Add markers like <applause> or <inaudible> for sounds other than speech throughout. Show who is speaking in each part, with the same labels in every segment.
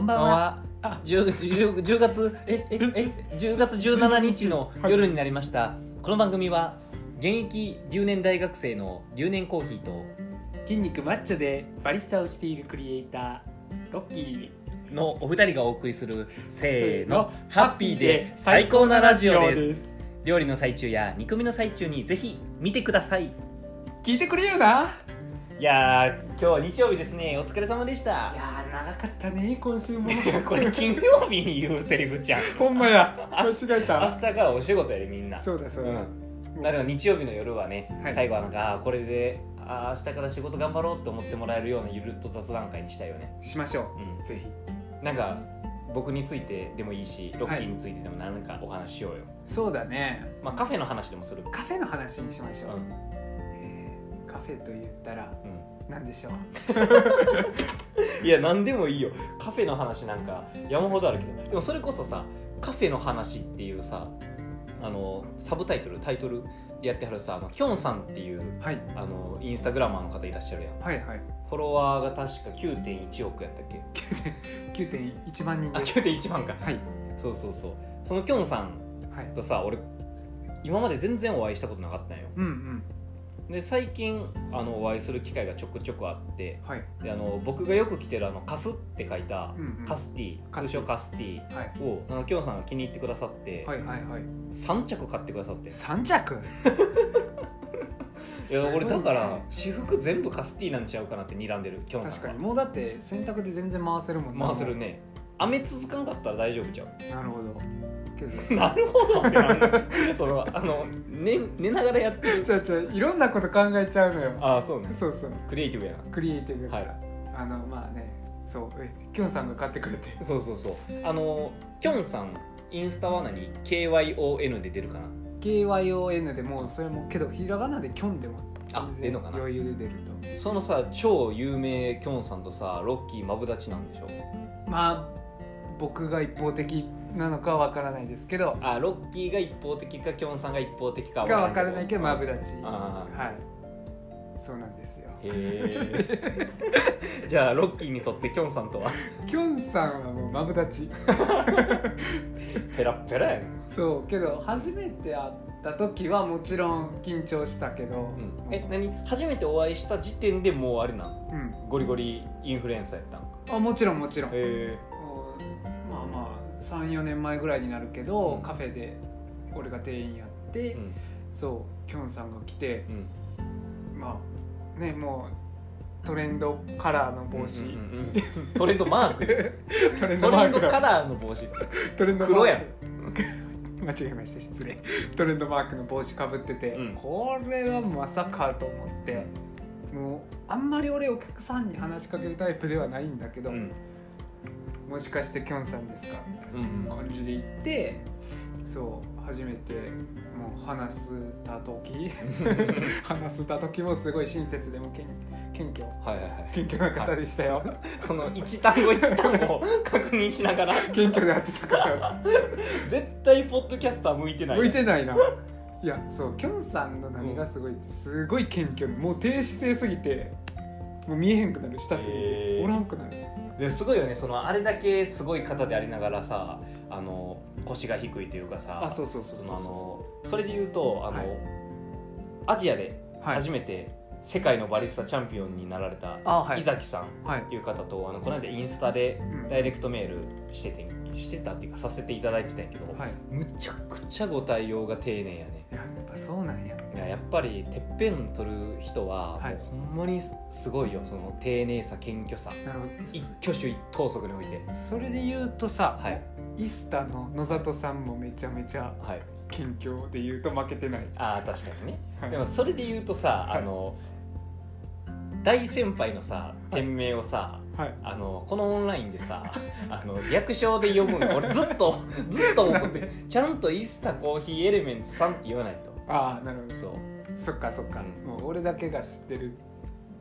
Speaker 1: んばんは。10, 10 10月えええ10月17日の夜になりました、この番組は現役留年大学生の留年コーヒーと
Speaker 2: 筋肉マッチョでバリスタをしているクリエイターロッキー
Speaker 1: のお二人がお送りするせー
Speaker 2: せ
Speaker 1: の
Speaker 2: ーの
Speaker 1: ハッピーで最高なラジオです料理の最中や煮込みの最中にぜひ見てください
Speaker 2: 聞いてくれよない
Speaker 1: やー今日は日曜日ですねお疲れ様でした
Speaker 2: いやー長かったね今週も
Speaker 1: これ金曜日に言うセリフじゃん
Speaker 2: ほんまや間
Speaker 1: 明日
Speaker 2: 違え
Speaker 1: 明
Speaker 2: た
Speaker 1: 日からお仕事やでみんな
Speaker 2: そうだそうだ、
Speaker 1: うん、まあでも日曜日の夜はね、
Speaker 2: はい
Speaker 1: 最後はなんかあーこれであー明日から仕事頑張ろうって思ってもらえるようなゆるっと雑談会にしたいよね、
Speaker 2: しましょ
Speaker 1: う
Speaker 2: うぜひ
Speaker 1: ん、なんか僕についてでもいいしロッキーについてでも何かお話ししようよ、
Speaker 2: そうだね
Speaker 1: まあカフェの話でもする
Speaker 2: カフェの話にしまし
Speaker 1: う
Speaker 2: ょう、
Speaker 1: ん
Speaker 2: えーカフェと言ったら何でしょう
Speaker 1: うん、いや何でもいいよカフェの話なんか山ほどあるけどでもそれこそさカフェの話っていうさあのサブタイトルタイトルでやってはるさあのヒョンさんっていう
Speaker 2: はい
Speaker 1: あのインスタグラマーの方いらっしゃるやん
Speaker 2: はいはい
Speaker 1: フォロワーが確か9.1億やったっけ
Speaker 2: 9.1万人
Speaker 1: あ
Speaker 2: です
Speaker 1: 9.1万か
Speaker 2: はい
Speaker 1: そうそうそうそのきょんさん
Speaker 2: はい
Speaker 1: とさ俺今まで全然お会いしたことなかったんよ
Speaker 2: うんうん
Speaker 1: で最近あのお会いする機会がちょくちょくあって
Speaker 2: はい
Speaker 1: であの僕がよく着てるあのカスって書いた
Speaker 2: うんうん
Speaker 1: カスティ、
Speaker 2: カスティ
Speaker 1: 通称カスティ
Speaker 2: はい
Speaker 1: をなんかきょんさんが気に入ってくださって、
Speaker 2: はいはいはい
Speaker 1: 3着買ってくださって
Speaker 2: 三着
Speaker 1: いや俺だか
Speaker 2: <laughs> すごい
Speaker 1: ら
Speaker 2: ね
Speaker 1: 私服全部カスティなんちゃうかなって睨んでるきょん
Speaker 2: 確
Speaker 1: さ
Speaker 2: かに
Speaker 1: ん
Speaker 2: もうだって洗濯で全然回せるもん
Speaker 1: が回せるね雨続かんかったら大丈夫ちゃう <laughs>
Speaker 2: なるほどけど
Speaker 1: なるほどってなんだ
Speaker 2: <laughs>
Speaker 1: そのあの寝寝ながらやってる
Speaker 2: ちょちょいろんなこと考えちゃうのよ
Speaker 1: ああそうね
Speaker 2: そうそう
Speaker 1: クリエイティブやな
Speaker 2: クリエイティブだから、
Speaker 1: は
Speaker 2: あのまあねそうえきょんさんが買ってくれて
Speaker 1: そうそうそうあのきょんさんインスタは何 KYON で出るかな
Speaker 2: KYON でもうそれもけどひらがなできょんでも
Speaker 1: あ出るのかな
Speaker 2: 余裕で出る
Speaker 1: そのさ超有名きょんさんとさロッキーマブダチなんでしょ
Speaker 2: とまあ僕が一方的なのかわからないですけど
Speaker 1: あロッキーが一方的かきょんさんが一方的か
Speaker 2: がわからないけどマブ
Speaker 1: ダ
Speaker 2: ダチ
Speaker 1: あー
Speaker 2: はいそうなんですよ
Speaker 1: へえ <laughs> じゃあロッキーにとってきょんさんとは
Speaker 2: きょんさんはもうマブダチ
Speaker 1: ペラッペラやん、
Speaker 2: そうけど初めて会った時はもちろん緊張したけど、
Speaker 1: うん、え何初めてお会いした時点でもうあれなん
Speaker 2: うん
Speaker 1: ゴリゴリインフルエンサーやったん
Speaker 2: あもちろんもちろん、
Speaker 1: へ
Speaker 2: うんまあまあ34年前ぐらいになるけど、
Speaker 1: うん
Speaker 2: カフェで俺が店員やって、
Speaker 1: えうん
Speaker 2: そうきょんさんが来て
Speaker 1: うん
Speaker 2: まあねもうトレンドカラーの帽子、
Speaker 1: う
Speaker 2: <laughs>
Speaker 1: んうんうん <laughs> うんトレンドマーク
Speaker 2: トレン
Speaker 1: ト
Speaker 2: ドマ
Speaker 1: レ
Speaker 2: ー
Speaker 1: ン
Speaker 2: ク
Speaker 1: ドカ
Speaker 2: の
Speaker 1: ラーの帽子
Speaker 2: トレンドマーク
Speaker 1: 黒やん
Speaker 2: <laughs> 間違えました失礼トレンドマークの帽子かぶってて、
Speaker 1: うん
Speaker 2: これはまさかと思ってもうあんまり俺お客さんに話しかけるタイプではないんだけ
Speaker 1: う
Speaker 2: ど、
Speaker 1: ん
Speaker 2: もしかしてきょんさんですかみたいな
Speaker 1: うん
Speaker 2: 感じで行ってそう初めてもう話した
Speaker 1: <laughs>
Speaker 2: 時話した時もすごい親切でもけん謙虚
Speaker 1: はいはいはい
Speaker 2: 謙虚な方でしたよ、
Speaker 1: その一単語一単語を確認しながら
Speaker 2: 謙虚で会ってたから
Speaker 1: 絶対ポッドキャスター向いてない
Speaker 2: 向いてないないやそうきょんさんの何がすごいってすごい謙虚でもう低姿勢すぎてもう見えへんくなる下すぎ
Speaker 1: へ
Speaker 2: て
Speaker 1: ー
Speaker 2: おらんくなる
Speaker 1: ですごいよねそのあれだけすごい方でありながらさあの腰が低いというかさ
Speaker 2: あそうそうそうそう
Speaker 1: そ
Speaker 2: そ
Speaker 1: の
Speaker 2: う
Speaker 1: あのそれで言うとあの、
Speaker 2: はい
Speaker 1: アジアで
Speaker 2: はい
Speaker 1: 初めて世界のバリスタチャンピオンになられた
Speaker 2: あはい
Speaker 1: 伊崎さん
Speaker 2: はい
Speaker 1: っていう方とあのこの間インスタで
Speaker 2: うん
Speaker 1: ダイレクトメールしててしてたっていうかさせていただいてたんやけど、
Speaker 2: はい
Speaker 1: むちゃくちゃご対応が丁寧やね
Speaker 2: やっぱそうなんや
Speaker 1: いややっぱりてっぺん取る人は、
Speaker 2: はい
Speaker 1: もうほんまにすごいよその丁寧さ謙虚さ
Speaker 2: なるほど
Speaker 1: 一挙手一投足において
Speaker 2: それで言うとさ、
Speaker 1: はい
Speaker 2: イスタの野里さんもめちゃめちゃ
Speaker 1: はい
Speaker 2: 近況で言うと負けてない、
Speaker 1: ああ確かにね
Speaker 2: はい
Speaker 1: <laughs> でもそれで言うとさ、
Speaker 2: はい
Speaker 1: あの大先輩のさ
Speaker 2: はい
Speaker 1: 店名をさ、
Speaker 2: はい
Speaker 1: あのこのオンラインでさあの略称で呼ぶの俺ずっとずっと思っとっ
Speaker 2: な
Speaker 1: て
Speaker 2: ん
Speaker 1: ちゃんとイースタコーヒーエレメンツさんって言わない
Speaker 2: ああなるほ
Speaker 1: と
Speaker 2: ど
Speaker 1: そう
Speaker 2: そっかそっか、
Speaker 1: うん
Speaker 2: もう俺だけが知ってる、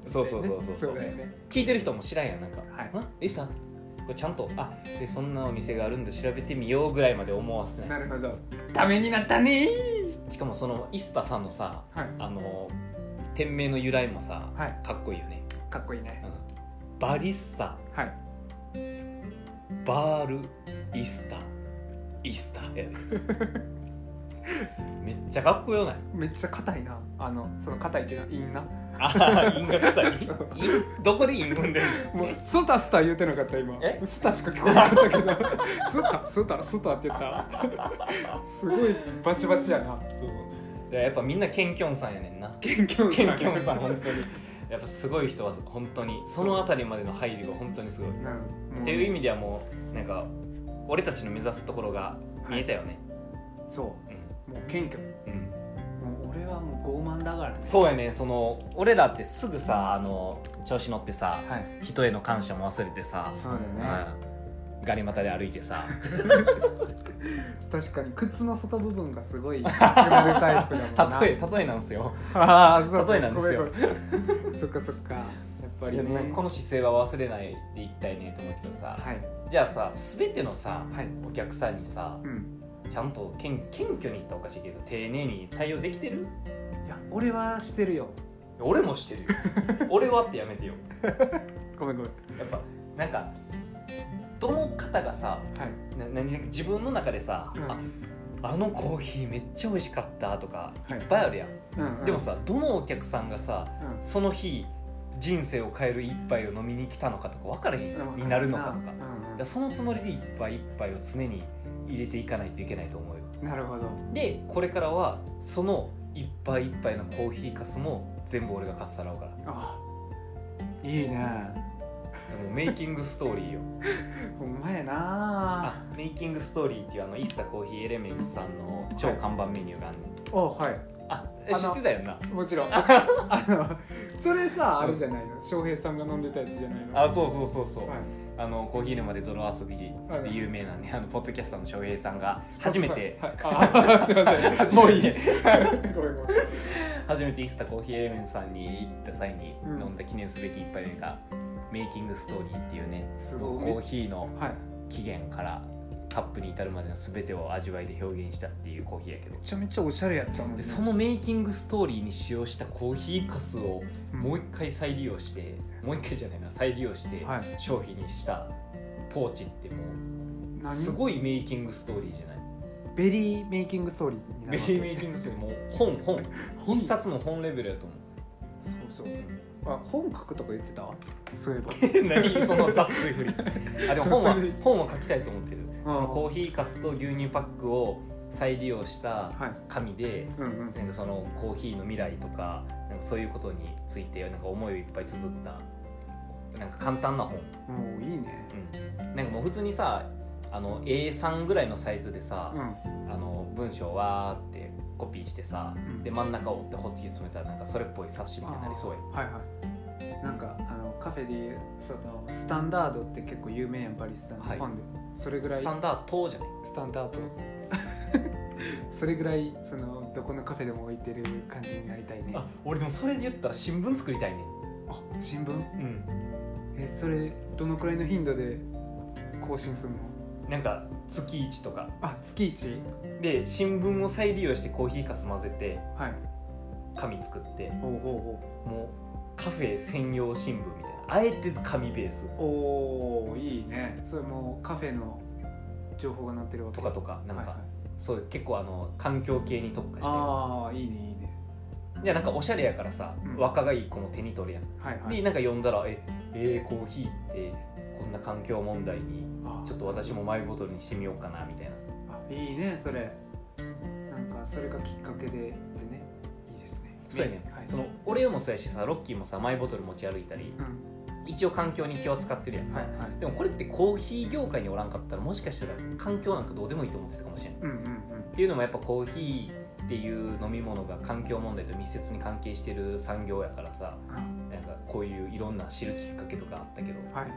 Speaker 1: そうそうそうそうそう
Speaker 2: だよね
Speaker 1: 聞いてる人も知らんやんなんか「
Speaker 2: はい
Speaker 1: あイースタこれちゃんとあでそんなお店があるんで調べてみようぐらいまで思わせ
Speaker 2: な
Speaker 1: な
Speaker 2: いるほどためになったね
Speaker 1: しかもそのイースタさんのさ
Speaker 2: はい
Speaker 1: あの店名の由来もさ
Speaker 2: はい
Speaker 1: かっこいいよね、
Speaker 2: かっこいいうね
Speaker 1: んバリスタ
Speaker 2: はい
Speaker 1: バールイスタイスタ
Speaker 2: <laughs>
Speaker 1: やでめっちゃかっこよない
Speaker 2: めっちゃ硬いなあのその硬いっていうのはいいな
Speaker 1: ああ因果硬い
Speaker 2: そう
Speaker 1: 因どこで因踏んでん
Speaker 2: も
Speaker 1: の
Speaker 2: うスタスタ言うてなかった今
Speaker 1: え
Speaker 2: スタしか聞こえなかったけどスタスタスタって言ったすごいバチバチやな
Speaker 1: そうそういややっぱみんなケンキョンさんやねんな
Speaker 2: 謙虚
Speaker 1: ケンキョンさん本当にやっぱすごい人は本当にその辺りまでの配慮が本当にすごいっ
Speaker 2: なるほど
Speaker 1: ていう意味ではもうなんか俺たちの目指すところが見えたよね、
Speaker 2: そ
Speaker 1: うん
Speaker 2: うもう謙虚
Speaker 1: うん
Speaker 2: もう俺はもう傲慢だからね
Speaker 1: そうやねその俺らってすぐさあの調子乗ってさ
Speaker 2: はい
Speaker 1: 人への感謝も忘れてさ、
Speaker 2: そうだよね、
Speaker 1: <laughs> うん、ガニ股で歩いて <laughs> さ
Speaker 2: 確かに靴の外部分がすごい膨れるタイプだもんな
Speaker 1: 例え例えなんですよ
Speaker 2: <laughs> ああそう
Speaker 1: 例えなんですよ
Speaker 2: ごめんごめんそっかそっかやっぱり
Speaker 1: いや
Speaker 2: ね
Speaker 1: この姿勢は忘れないでいきたいねと思うけどさ、
Speaker 2: はい
Speaker 1: じゃあさ全てのさ
Speaker 2: はい
Speaker 1: お客さんにさ
Speaker 2: うん
Speaker 1: ちゃんと謙謙虚に言ったらおかしいけど丁寧に対応できてる
Speaker 2: いや俺はしてるよ
Speaker 1: 俺
Speaker 2: <laughs>
Speaker 1: もしてるよ俺はってやめてよ
Speaker 2: ごめんごめん
Speaker 1: やっぱなんかどの方がさ
Speaker 2: はい
Speaker 1: な何なんか自分の中でさ、
Speaker 2: うん
Speaker 1: ああのコーヒーめっちゃ美味しかったとか
Speaker 2: はい
Speaker 1: いっぱいあるやん、
Speaker 2: うんうん
Speaker 1: でもさどのお客さんがさ
Speaker 2: う
Speaker 1: その日人生を変える一杯を飲みに来たのかとか分からへん、
Speaker 2: ん
Speaker 1: になるのかとか,、
Speaker 2: う
Speaker 1: だか
Speaker 2: ん
Speaker 1: らそのつもりで一杯一杯を常に入れていかないといけないと思うよ
Speaker 2: うんなるほど
Speaker 1: でこれからはその一杯一杯のコーヒーかすも全部俺がかっさらうから
Speaker 2: あいいね
Speaker 1: もうメイキングストーリーよ
Speaker 2: ほんまやな
Speaker 1: あメイキングストーリーっていうあのイスタコーヒーエレメンツさんの超看板メニューがあんねん
Speaker 2: おはい
Speaker 1: あ
Speaker 2: あの
Speaker 1: 知ってたよな
Speaker 2: もちろんあのそれさあれじゃないの翔平さんが飲んでたやつじゃないの
Speaker 1: あそうそうそうそう、
Speaker 2: はい
Speaker 1: あのコーヒー沼で泥遊びで
Speaker 2: はい
Speaker 1: 有名なねあのポッドキャスターの翔平さんが初めて <laughs>
Speaker 2: はいあすいませんもういい <laughs> ごめんごめん
Speaker 1: 初めてイスタコーヒーエレメンツさんに行った際に
Speaker 2: うん
Speaker 1: 飲んだ記念すべき一杯目が、メイキングストーリーっていうね
Speaker 2: す
Speaker 1: コ
Speaker 2: ごい
Speaker 1: ーヒーの
Speaker 2: はい
Speaker 1: 起源からカップに至るまでの全てを味わいで表現したっていうコーヒーやけど
Speaker 2: めちゃめちゃおしゃれやったもんね
Speaker 1: でそのメイキングストーリーに使用したコーヒーかすをもう一回再利用してもう一回じゃないな再利用して
Speaker 2: はい
Speaker 1: 商品にしたポーチってもう
Speaker 2: 何
Speaker 1: すごいメイキングストーリーじゃない
Speaker 2: ベリーメイキングストーリーにな
Speaker 1: ベ
Speaker 2: るわけ
Speaker 1: リーメイキングストーリーもう本本
Speaker 2: 本
Speaker 1: 一冊の本レベルやと思う
Speaker 2: そうそうあ本書くとか言ってたそういえば
Speaker 1: <laughs> 何その雑い振り <laughs> あでも本は
Speaker 2: そうそう
Speaker 1: 本は書きたいと思ってる
Speaker 2: <laughs> あー
Speaker 1: そのコーヒーかすと牛乳パックを再利用し
Speaker 2: は
Speaker 1: た
Speaker 2: い
Speaker 1: 紙で
Speaker 2: うんうん
Speaker 1: なんかそのコーヒーの未来とかなんかそういうことについてなんか思いをいっぱい綴ったなんか簡単な本、
Speaker 2: もういいね
Speaker 1: うん、なんかもう普通にさあの A3 ぐらいのサイズでさ、
Speaker 2: うん
Speaker 1: あの文章をわーってコピーしてさ、
Speaker 2: うん
Speaker 1: で真ん中を折ってホッチキス詰めたらなんかそれっぽい冊子みたいになりそうやん
Speaker 2: はいはいなんかあのカフェで言うそのスタンダードって結構有名やんバリスタのフ
Speaker 1: はい
Speaker 2: ァンで、それぐらい
Speaker 1: スタンダード等じゃない
Speaker 2: スタン <laughs> ダードそれぐらいそのどこのカフェでも置いてる感じになりたいね
Speaker 1: あ俺でもそれで言ったら新聞作りたいね
Speaker 2: あ新聞
Speaker 1: うん
Speaker 2: えそれどのくらいの頻度で更新するの
Speaker 1: なんか月1とか
Speaker 2: あ月一
Speaker 1: で新聞を再利用してコーヒーかす混ぜて
Speaker 2: はい
Speaker 1: 紙作って
Speaker 2: ほうほ
Speaker 1: もうカフェ専用新聞みたいなあえて紙ベース
Speaker 2: うほうおーいいねそれもうカフェの情報が載ってるわけ
Speaker 1: とかとかなんか、
Speaker 2: はいはい
Speaker 1: そういう結構あの環境系に特化して
Speaker 2: ああいいねいいね
Speaker 1: じゃあなんかおしゃれやからさ、
Speaker 2: うん
Speaker 1: 若がいい子も手に取るやん
Speaker 2: はいはい
Speaker 1: でなんか読んだら「ええーコーヒーってこんな環境問題に
Speaker 2: あ
Speaker 1: ちょっと私もマイボトルにしてみようかな」みたいな
Speaker 2: あいいねそれなんかそれがきっかけででねいいですね
Speaker 1: そうやね、
Speaker 2: はい、
Speaker 1: その俺もそうやしさロッキーもさマイボトル持ち歩いたり
Speaker 2: うん
Speaker 1: 一応環境に気は使ってるやん、
Speaker 2: はいはい
Speaker 1: でもこれってコーヒー業界におらんかったらもしかしたら環境なんかどうでもいいと思ってたかもしれないっ
Speaker 2: うんうんうん
Speaker 1: ていうのもやっぱコーヒーっていう飲み物が環境問題と密接に関係してる産業やからさ
Speaker 2: あ
Speaker 1: なんかこういういろんな知るきっかけとかあったけど
Speaker 2: はい、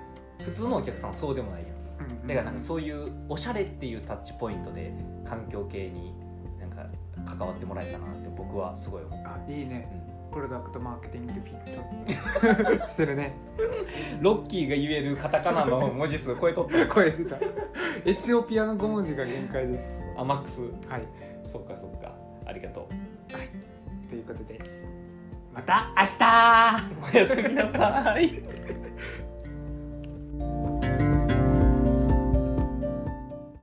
Speaker 1: 普通のお客さんはそうでもないやん
Speaker 2: うんうん
Speaker 1: だからなんかそういうおしゃれっていうタッチポイントで環境系になんか関わってもらえたなって僕はすごい思う、
Speaker 2: あいいね
Speaker 1: う
Speaker 2: プロダクトマーケティングフィッ
Speaker 1: <laughs>
Speaker 2: トしてるね
Speaker 1: んロッキーが言えるカタカナの文字数超えとった
Speaker 2: 声出たエチオピアの5文字が限界です
Speaker 1: <laughs> あマックス
Speaker 2: はい
Speaker 1: そうかそうかありがと <laughs>
Speaker 2: ということで
Speaker 1: うまた明日おやすみなさい